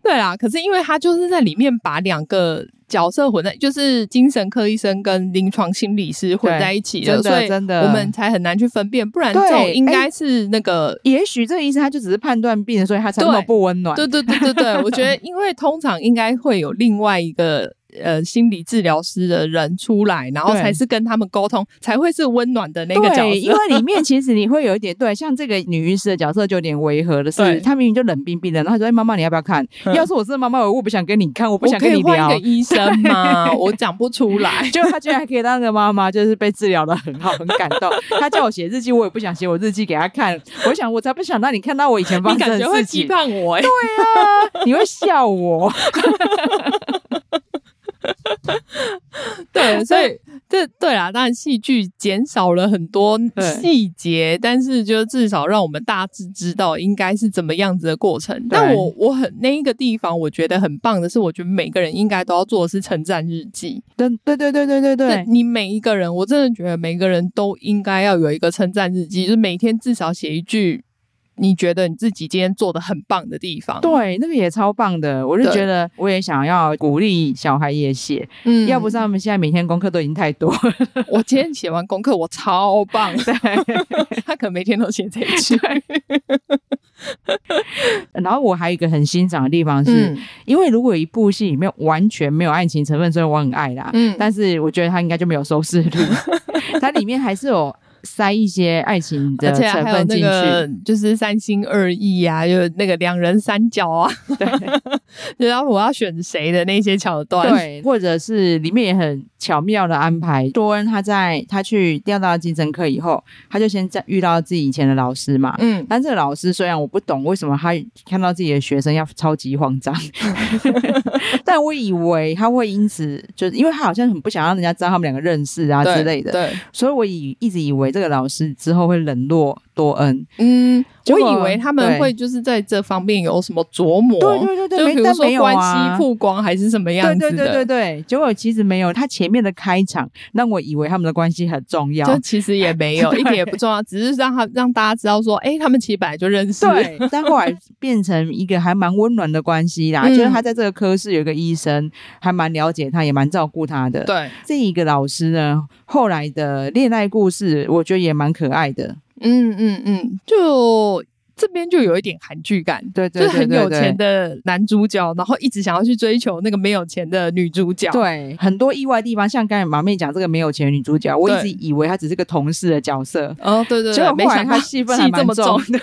S2: 对啦，可是因为他就是在里面把两个角色混在，就是精神科医生跟临床心理师混在一起
S1: 对
S2: 了，
S1: 真的
S2: 所以
S1: 真的
S2: 我们才很难去分辨。不然
S1: 对。
S2: 这种应该是那个？”
S1: 也许这个医生他就只是判断病人，所以他才那么
S2: 对
S1: 不温暖。
S2: 对对对对对，我觉得因为通常应该会有另外一个呃心理治疗师的人出来，然后
S1: 对
S2: 才是跟他们沟通，才会是温暖的那个角
S1: 对，因
S2: 色。
S1: 为里面其实你会有一点对，像这个女医师的角色就有点违和的是，
S2: 对
S1: 她明明就冷冰冰的，然后她说：“哎，妈妈，你要不要看？”
S2: 嗯
S1: 要是我是妈妈，我不想跟你看，我不
S2: 我
S1: 想
S2: 可
S1: 跟
S2: 以
S1: 你
S2: 换一
S1: 聊
S2: 个。医生吗？我讲不出来。
S1: 就她居然还可以当个妈妈，就是被治疗的很好，很感动。她叫我写日记，我也不想写我日记给她看。我想，我才不想让你看到我以前发
S2: 你
S1: 生
S2: 感觉
S1: 的
S2: 会
S1: 事
S2: 批
S1: 情。
S2: 判我哎、
S1: 啊，你会笑我。
S2: 对，所以这对啦，当然戏剧减少了很多
S1: 对
S2: 细节，但是就至少让我们大致知道应该是怎么样子的过程。但我我很那一个地方，我觉得很棒的是，我觉得每个人应该都要做的是称赞日记。
S1: 对对对对对对对
S2: 就。你每一个人，我真的觉得每个人都应该要有一个称赞日记，就是每天至少写一句。你觉得你自己今天做的很棒的地方，，
S1: 对，那个也超棒的，我就
S2: 对
S1: 觉得我也想要鼓励小孩也写，
S2: 嗯
S1: 要不是他们现在每天功课都已经太多了，
S2: 我今天写完功课，我超棒， 他可能每天都写这一句，
S1: 然后我还有一个很欣赏的地方是，
S2: 嗯
S1: 因为如果有一部戏里面完全没有爱情成分，虽然我很爱啦，
S2: 嗯
S1: 但是我觉得它应该就没有收视 率，它里面还是有塞一些爱情的
S2: 而且
S1: 成
S2: 还有
S1: 分
S2: 那
S1: 进去。
S2: 个就是三心二意啊，就是那个两人三 角啊，对，然后我要选谁的那些桥段，，
S1: 对，或者是里面也很巧妙的安排。多恩他在他去调到精神科以后，他就先在遇到自己以前的老师嘛。
S2: 嗯，
S1: 但这个老师虽然我不懂为什么他看到自己的学生要超级慌张， 但我以为他会因此就是因为他好像很不想让人家知道他们两个认识啊
S2: 对
S1: 之类的，
S2: 对，
S1: 所以我以一直以为这个老师之后会冷落多恩。
S2: 嗯，
S1: 结
S2: 我
S1: 果
S2: 以为他们会就是在这方面有什么琢磨，
S1: 对对对对，
S2: 就
S1: 没
S2: 比如
S1: 但
S2: 说
S1: 没有
S2: 关
S1: 啊
S2: 系曝光还是什么样
S1: 对
S2: 子的，
S1: 对对对对，结果其实没有。他前面的开场让我以为他们的关系很重要，
S2: 就其实也没有，
S1: 对
S2: 一点也不重要，只是让他让大家知道说，哎、他们其实本来就认识，
S1: 对，但后来变成一个还蛮温暖的关系啦。
S2: 嗯
S1: 就是他在这个科室有一个医生，还蛮了解他，也蛮照顾他的。
S2: 对，
S1: 这一个老师呢，后来的恋爱故事，我觉得也蛮可爱的。
S2: 嗯嗯嗯，就这边就有一点韩剧感，
S1: 对对
S2: 就
S1: 对
S2: 是很
S1: 对
S2: 有
S1: 对
S2: 钱的男主角，然后一直想要去追求那个没有钱的女主角。
S1: 对，很多意外地方，像刚才马妹讲这个没有钱的女主角，我一直
S2: 对
S1: 以为她只是个同事的角色，
S2: 哦，对对
S1: 结
S2: 对，
S1: 果
S2: 没
S1: 后来
S2: 想到
S1: 她戏份还
S2: 这
S1: 蛮
S2: 么
S1: 重
S2: 重，
S1: 的。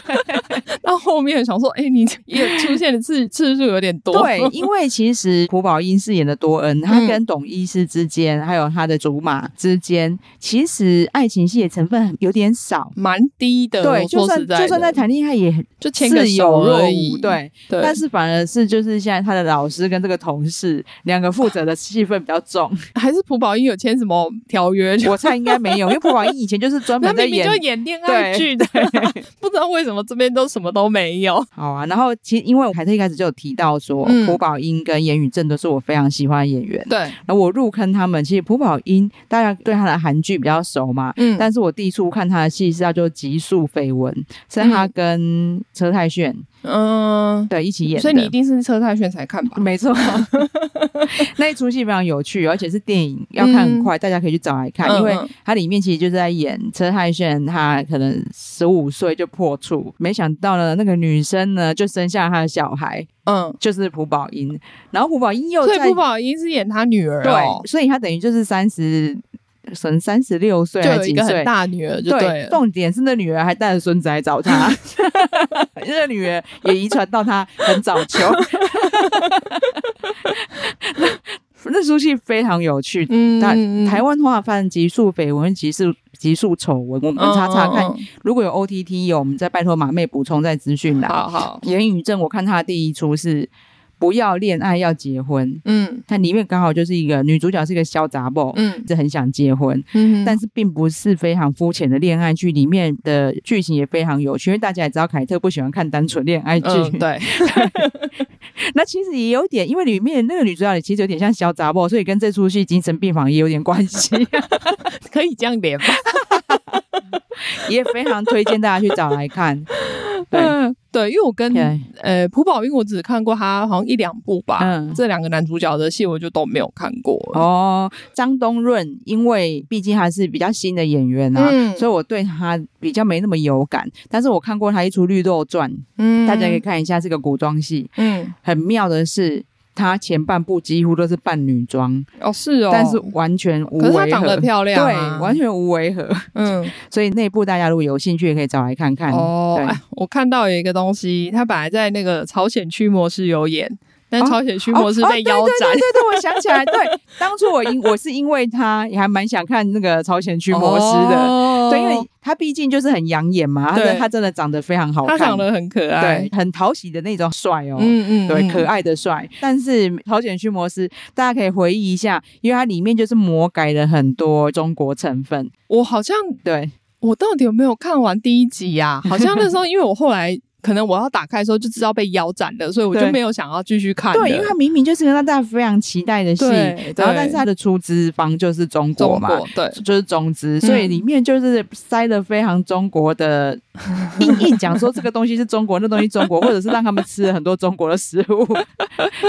S2: 到后面想说，哎、你也出现的次次数有点 多。嗯
S1: 对，因为其实朴宝英饰演的多恩，他跟董医师之间，还有他的竹马之间，其实爱情戏的成分很有点少。
S2: 蛮低的。
S1: 对，就
S2: 说
S1: 算
S2: 实在的
S1: 就算在谈恋爱也
S2: 就牵个
S1: 是有
S2: 手
S1: 若
S2: 而
S1: 无，
S2: 已。
S1: 对。
S2: 对，
S1: 但是反而是就是现在他的老师跟这个同事两个负责的戏份比较 重，
S2: 还是朴宝英有签什么条约？就
S1: 我猜应该没有，因为朴宝英以前就是专
S2: 他
S1: 门在
S2: 明明
S1: 演
S2: 就演恋爱剧的， 不知道为什么这边都什么都没 有。
S1: 好啊，然后其实因为我凯特一开始就有提到说，
S2: 嗯
S1: 朴宝英跟严宇正都是我非常喜欢的演员。
S2: 对，
S1: 然后我入坑他们，其实朴宝英大家对他的韩剧比较熟嘛，
S2: 嗯
S1: 但是我第一次看他的戏是叫做《极速绯闻》，是他跟车太铉、
S2: 嗯，
S1: 对一起演的。
S2: 所以你一定是车太炫才看吧？
S1: 没 错，那一出戏非常有趣，而且是电影，要看很快，大家可以去找来看，
S2: 嗯
S1: 因为
S2: 嗯
S1: 它里面其实就是在演车太铉，他可能十五岁就破处，没想到呢，那个女生呢就生下他的小孩，
S2: 嗯，
S1: 就是朴宝英，然后朴宝英又
S2: 所以
S1: 在
S2: 朴宝哦英是演他女儿哦
S1: 对，，所以他等于就是三十，可能三十六岁
S2: 就
S1: 还
S2: 有
S1: 几
S2: 一个很
S1: 岁。
S2: 大女儿就
S1: 对，
S2: 了。
S1: 重点是那女儿还带着孙子来找 他，因为那女儿也遗传到他很早 秋。那那出戏非常有趣，
S2: 嗯
S1: 那
S2: 嗯嗯
S1: 台湾话翻极速绯闻、极速极速丑闻，我们查查看，
S2: 嗯嗯
S1: 如果有 OTT 有，我们再拜托马妹补充在资讯
S2: 嗯
S1: 栏。
S2: 好好，
S1: 言语症，我看他的第一出是不要恋爱要结婚，
S2: 嗯
S1: 它里面刚好就是一个女主角是一个小杂包，
S2: 嗯
S1: 是很想结婚，
S2: 嗯，
S1: 但是并不是非常肤浅的恋爱剧，里面的剧情也非常有趣，因为大家也知道凯特不喜欢看单纯恋爱剧，
S2: 嗯，对，
S1: 那其实也有点，因为里面那个女主角也其实有点像小杂包，所以跟这出戏精神病房也有点关系，
S2: 可以这样连吧？
S1: 也非常推荐大家去找来看。对，
S2: 嗯， 对，因为我跟
S1: 对
S2: 呃朴宝英，我只看过他好像一两部吧，
S1: 嗯
S2: 这两个男主角的戏我就都没有看过。
S1: 哦，张东润，因为毕竟他是比较新的演员啊，
S2: 嗯
S1: 所以我对他比较没那么有感。但是我看过他一出《绿豆传》，
S2: 嗯
S1: 大家可以看一下，是个古装戏。
S2: 嗯，
S1: 很妙的是，他前半部几乎都是扮女装，
S2: 哦是哦，
S1: 但是完全无
S2: 可
S1: 违
S2: 是
S1: 和。
S2: 她长得漂亮啊、
S1: 对，完全无违和。
S2: 嗯
S1: 所以那部大家如果有兴趣，也可以找来看看。
S2: 哦
S1: 嗯对，
S2: 哎我看到有一个东西，他本来在那个朝鲜驱魔师有演，但朝鲜驱魔师被腰斩。
S1: 哦哦哦对对对对对，我想起来，对， 当初我因我是因为他也还蛮想看那个朝鲜驱魔师的，
S2: 哦
S1: 对，因为他毕竟就是很养眼嘛，他真的
S2: 对
S1: 他真的长得非常好
S2: 他
S1: 看，
S2: 长得很可爱
S1: 对，，很讨喜的那种帅哦。
S2: 嗯嗯，
S1: 对，
S2: 嗯
S1: 可。爱的帅，但是《朝鲜驱魔师》大家可以回忆一下，因为它里面就是魔改了很多中国成分。
S2: 我好像
S1: 对，
S2: 我到底有没有看完第一 集呀、好像那时候因为我后来。可能我要打开的时候就知道被腰斩了，所以我就
S1: 对
S2: 没有想要继续看了。
S1: 对，因为它明明就是让大家非常期待的戏，
S2: 对
S1: 然后
S2: 对
S1: 但是它的出资方就是中
S2: 中
S1: 国嘛，
S2: 国对，
S1: 就是中资，所以里面就是塞了非常中国的，硬硬讲说这个东西是中国，那东西中国，或者是让他们吃了很多中国的食物，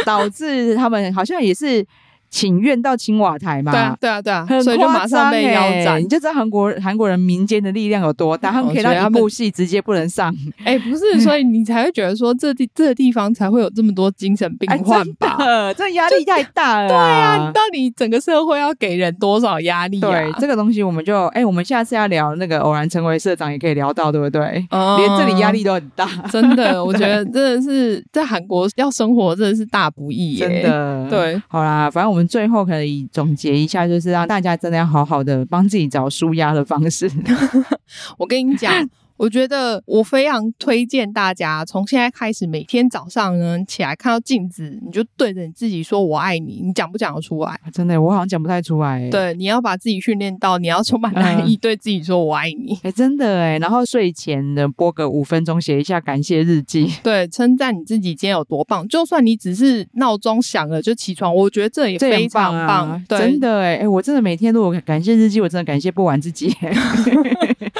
S1: 导致他们好像也是请愿到青瓦台嘛。
S2: 对啊，对啊，对啊，
S1: 很
S2: 所以就马上被腰
S1: 夸张欸
S2: 斩
S1: 你。就知道韩国韩国人民间的力量有多大，他们可以
S2: 我觉得
S1: 让
S2: 他
S1: 一
S2: 们
S1: 部戏直接不能上，
S2: 哎、不
S1: 嗯
S2: 是，所以你才会觉得说这地这地方才会有这么多精神病
S1: 哎
S2: 患吧？
S1: 真的这压力太大了。对
S2: 啊，你到底整个社会要给人多少压力、啊？
S1: 对这个东西，我们就哎、我们下次要聊那个偶然成为社长，也可以聊到，对不对？
S2: 嗯
S1: 连这里压力都很 大，
S2: 真的，我觉得真的是在韩国要生活真的是大不易耶、
S1: 真的。
S2: 对，
S1: 好啦，反正我们最后可以总结一下，就是让大家真的要好好的帮自己找舒压的方式。
S2: 我跟你讲。我觉得我非常推荐大家从现在开始，每天早上呢起来看到镜子，你就对着你自己说“我爱你”，你讲不讲得出来？
S1: 真的，我好像讲不太出来、欸。。
S2: 对，你要把自己训练到，你要充
S1: 嗯
S2: 满爱意，对自己说“我爱你
S1: 哎、真的哎、然后睡前的播个五分钟，写一下感谢日记”，。
S2: 对，称赞你自己今天有多棒。就算你只是闹钟响了就起床，我觉得这也
S1: 这也很
S2: 非常
S1: 啊
S2: 对，
S1: 真的哎、哎我真的每天都有感谢日记，我真的感谢不完自己、欸。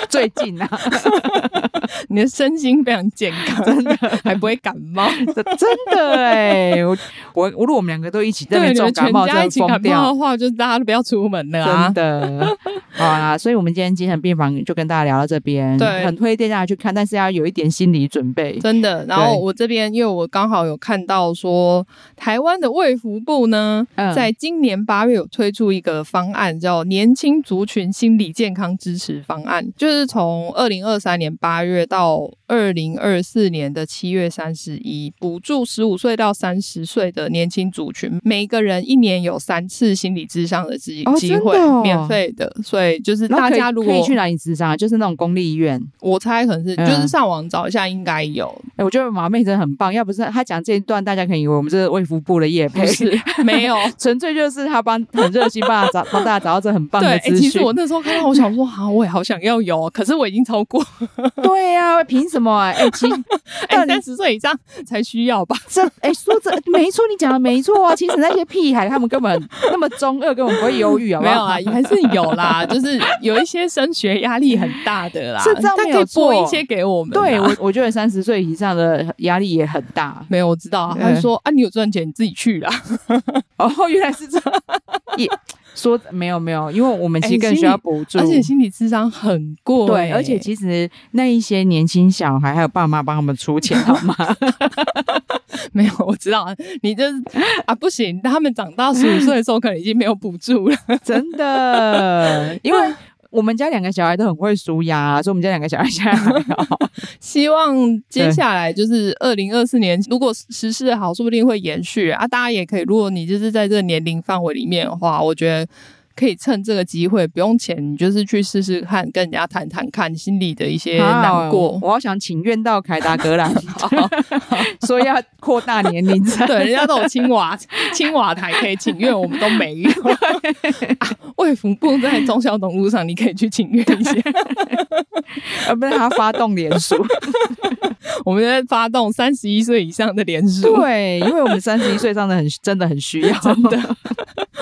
S1: 最近啊，
S2: 你的身心非常健 康，真的还不会感冒。
S1: 真的哎、我我我如果我们两个都一起在那
S2: 对，
S1: 边
S2: 你
S1: 重感
S2: 们全
S1: 冒，真
S2: 家
S1: 的
S2: 一起
S1: 疯
S2: 感
S1: 掉
S2: 冒。的话，就大家都不要出门了啊
S1: 真。的，好啦，所以我们今天精神病房就跟大家聊到这边，
S2: 对
S1: 很推荐大家去看，但是要有一点心理准备。
S2: 真的，然后
S1: 对
S2: 我这边因为我刚好有看到说，台湾的卫福部呢，
S1: 嗯
S2: 在今年八月有推出一个方案，叫“年轻族群心理健康支持方案”，就是从二零二三年八月到到二零二四年的七月三十一，补助十五岁到三十岁的年轻族群，每个人一年有三次心理智商的机
S1: 哦
S2: 机
S1: 真的
S2: 会，
S1: 哦
S2: 免费的。所以就是
S1: 然后
S2: 大
S1: 可以
S2: 家如
S1: 可以
S2: 果
S1: 去哪里咨商啊？就是那种公立医院。
S2: 我猜可能是、
S1: 嗯
S2: 就是上网找一下，应该有，
S1: 哎、我觉得马妹真的很棒，要不是她讲这一段，大家可以以为我们这是卫福部的业
S2: 不
S1: 配，
S2: 是 没有。
S1: 纯粹就是她帮很热心帮她找帮大家找到这很棒
S2: 对、
S1: 的
S2: 诶
S1: 资
S2: 其
S1: 讯。
S2: 实我那时候看到，我想说，啊，我也好想要有，可是我已经超过，
S1: 对呀、凭什么、啊？哎、其 实
S2: 哎、
S1: 但
S2: 三十岁以上才需要吧？
S1: 这哎、说这没错，你讲的没错啊。其实那些屁孩他们根本那么中二，根本不会忧郁，好不
S2: 没有
S1: 好？
S2: 啊，还是有啦，就是有一些升学压力很大的啦，
S1: 是这样
S2: 他
S1: 没
S2: 可以
S1: 有
S2: 拨
S1: 错
S2: 一些给我们啦。
S1: 对我，我觉得三十岁以上的压力也很大。
S2: 没有我知道啊，
S1: 对
S2: 他就说啊，你有赚钱你自己去啦。
S1: 哦，原来是这样。 也说没有没有，因为我们其
S2: 哎
S1: 实更
S2: 心
S1: 需要
S2: 理
S1: 补助，
S2: 而且心理智商很贵，
S1: 对，而且其实那一些年轻小孩还有爸妈帮他们出 钱，好吗？
S2: 没有我知道啊，你这啊不行，他们长到十五岁的时候可能已经没有补助了。
S1: 真的，因为我们家两个小孩都很会舒压、所以我们家两个小孩现在还 好。
S2: 希望接下来就是二零二四年，如果实施的好，说不定会延续啊。大家也可以，如果你就是在这个年龄范围里面的话，我觉得。可以趁这个机会，不用钱，你就是去试试看，跟人家谈谈看心里的一些难过。
S1: 啊我好想请愿到凯达格 兰，说要扩大年龄层。
S2: 对，人家都有青瓦 青瓦台可以请愿，我们都没 有。啊卫福部在忠孝东路上，你可以去请愿 一下。
S1: 而不是他发动脸书。
S2: 我们在发动三十一岁以上的联 署，
S1: 对，因为我们三十一岁上的很真的很需要，真的。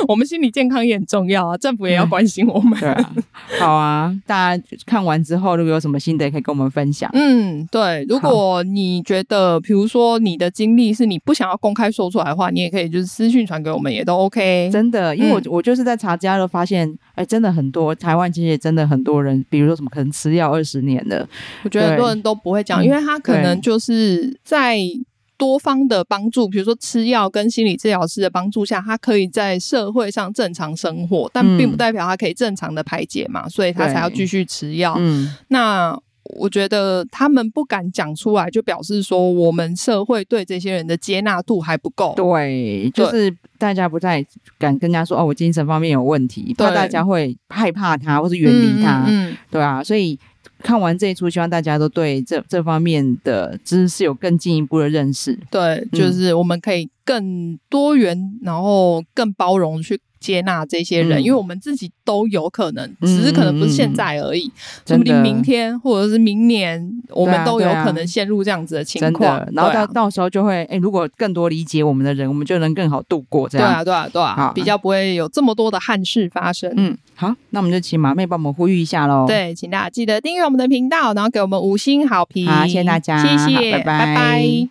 S2: 我们心理健康也很重要啊，政府也
S1: 嗯
S2: 要关心我 们。
S1: 对啊，好啊，大家看完之后，如果有什么心得，也可以跟我们分享。
S2: 嗯，对。如果你觉得，比如说你的经历是你不想要公开说出来的话，你也可以就是私讯传给我们，也都 OK。
S1: 真的，因为我、我就是在查资料的时候发现，哎，真的很多台湾其实也真的很多人，比如说什么可能吃药二十年的，
S2: 我觉得很多人都不会讲，
S1: 嗯
S2: 因为他可能
S1: 对
S2: 就是在多方的帮助，比如说吃药跟心理治疗师的帮助下，他可以在社会上正常生活，但
S1: 嗯
S2: 并不代表他可以正常的排解嘛，所以他
S1: 对
S2: 才要继续吃药。
S1: 嗯，
S2: 那我觉得他们不敢讲出来，就表示说我们社会对这些人的接纳度还不够。
S1: 对，就是大家不太敢跟人家说哦，我精神方面有问题，怕
S2: 对
S1: 大家会害怕他或是
S2: 嗯，
S1: 远离他，
S2: 嗯，嗯
S1: 对啊，所以看完这一出，希望大家都对这这方面的知识有更进一步的认识。
S2: 对，就是我们可以更多元，然后更包容去接纳这些人，
S1: 嗯
S2: 因为我们自己都有可能，
S1: 嗯
S2: 只是可能不是现在而已，说
S1: 真
S2: 不
S1: 的
S2: 定明天或者是明年，我
S1: 对
S2: 们
S1: 啊
S2: 都有
S1: 对啊
S2: 可能陷入这样子的情
S1: 真
S2: 况
S1: 的，。然后
S2: 对
S1: 到、
S2: 啊
S1: 到时候就会，哎，如果更多理解我们的人，我们就能更好度过这
S2: 对
S1: 样。
S2: 啊，对啊，对啊
S1: 好，
S2: 比较不会有这么多的憾事发生。
S1: 嗯，好，那我们就请马妹帮我们呼吁一下喽。。
S2: 对，请大家记得订阅我们的频道，然后给我们五星好评。
S1: 好谢谢大家
S2: 谢谢，
S1: 好拜拜
S2: 拜拜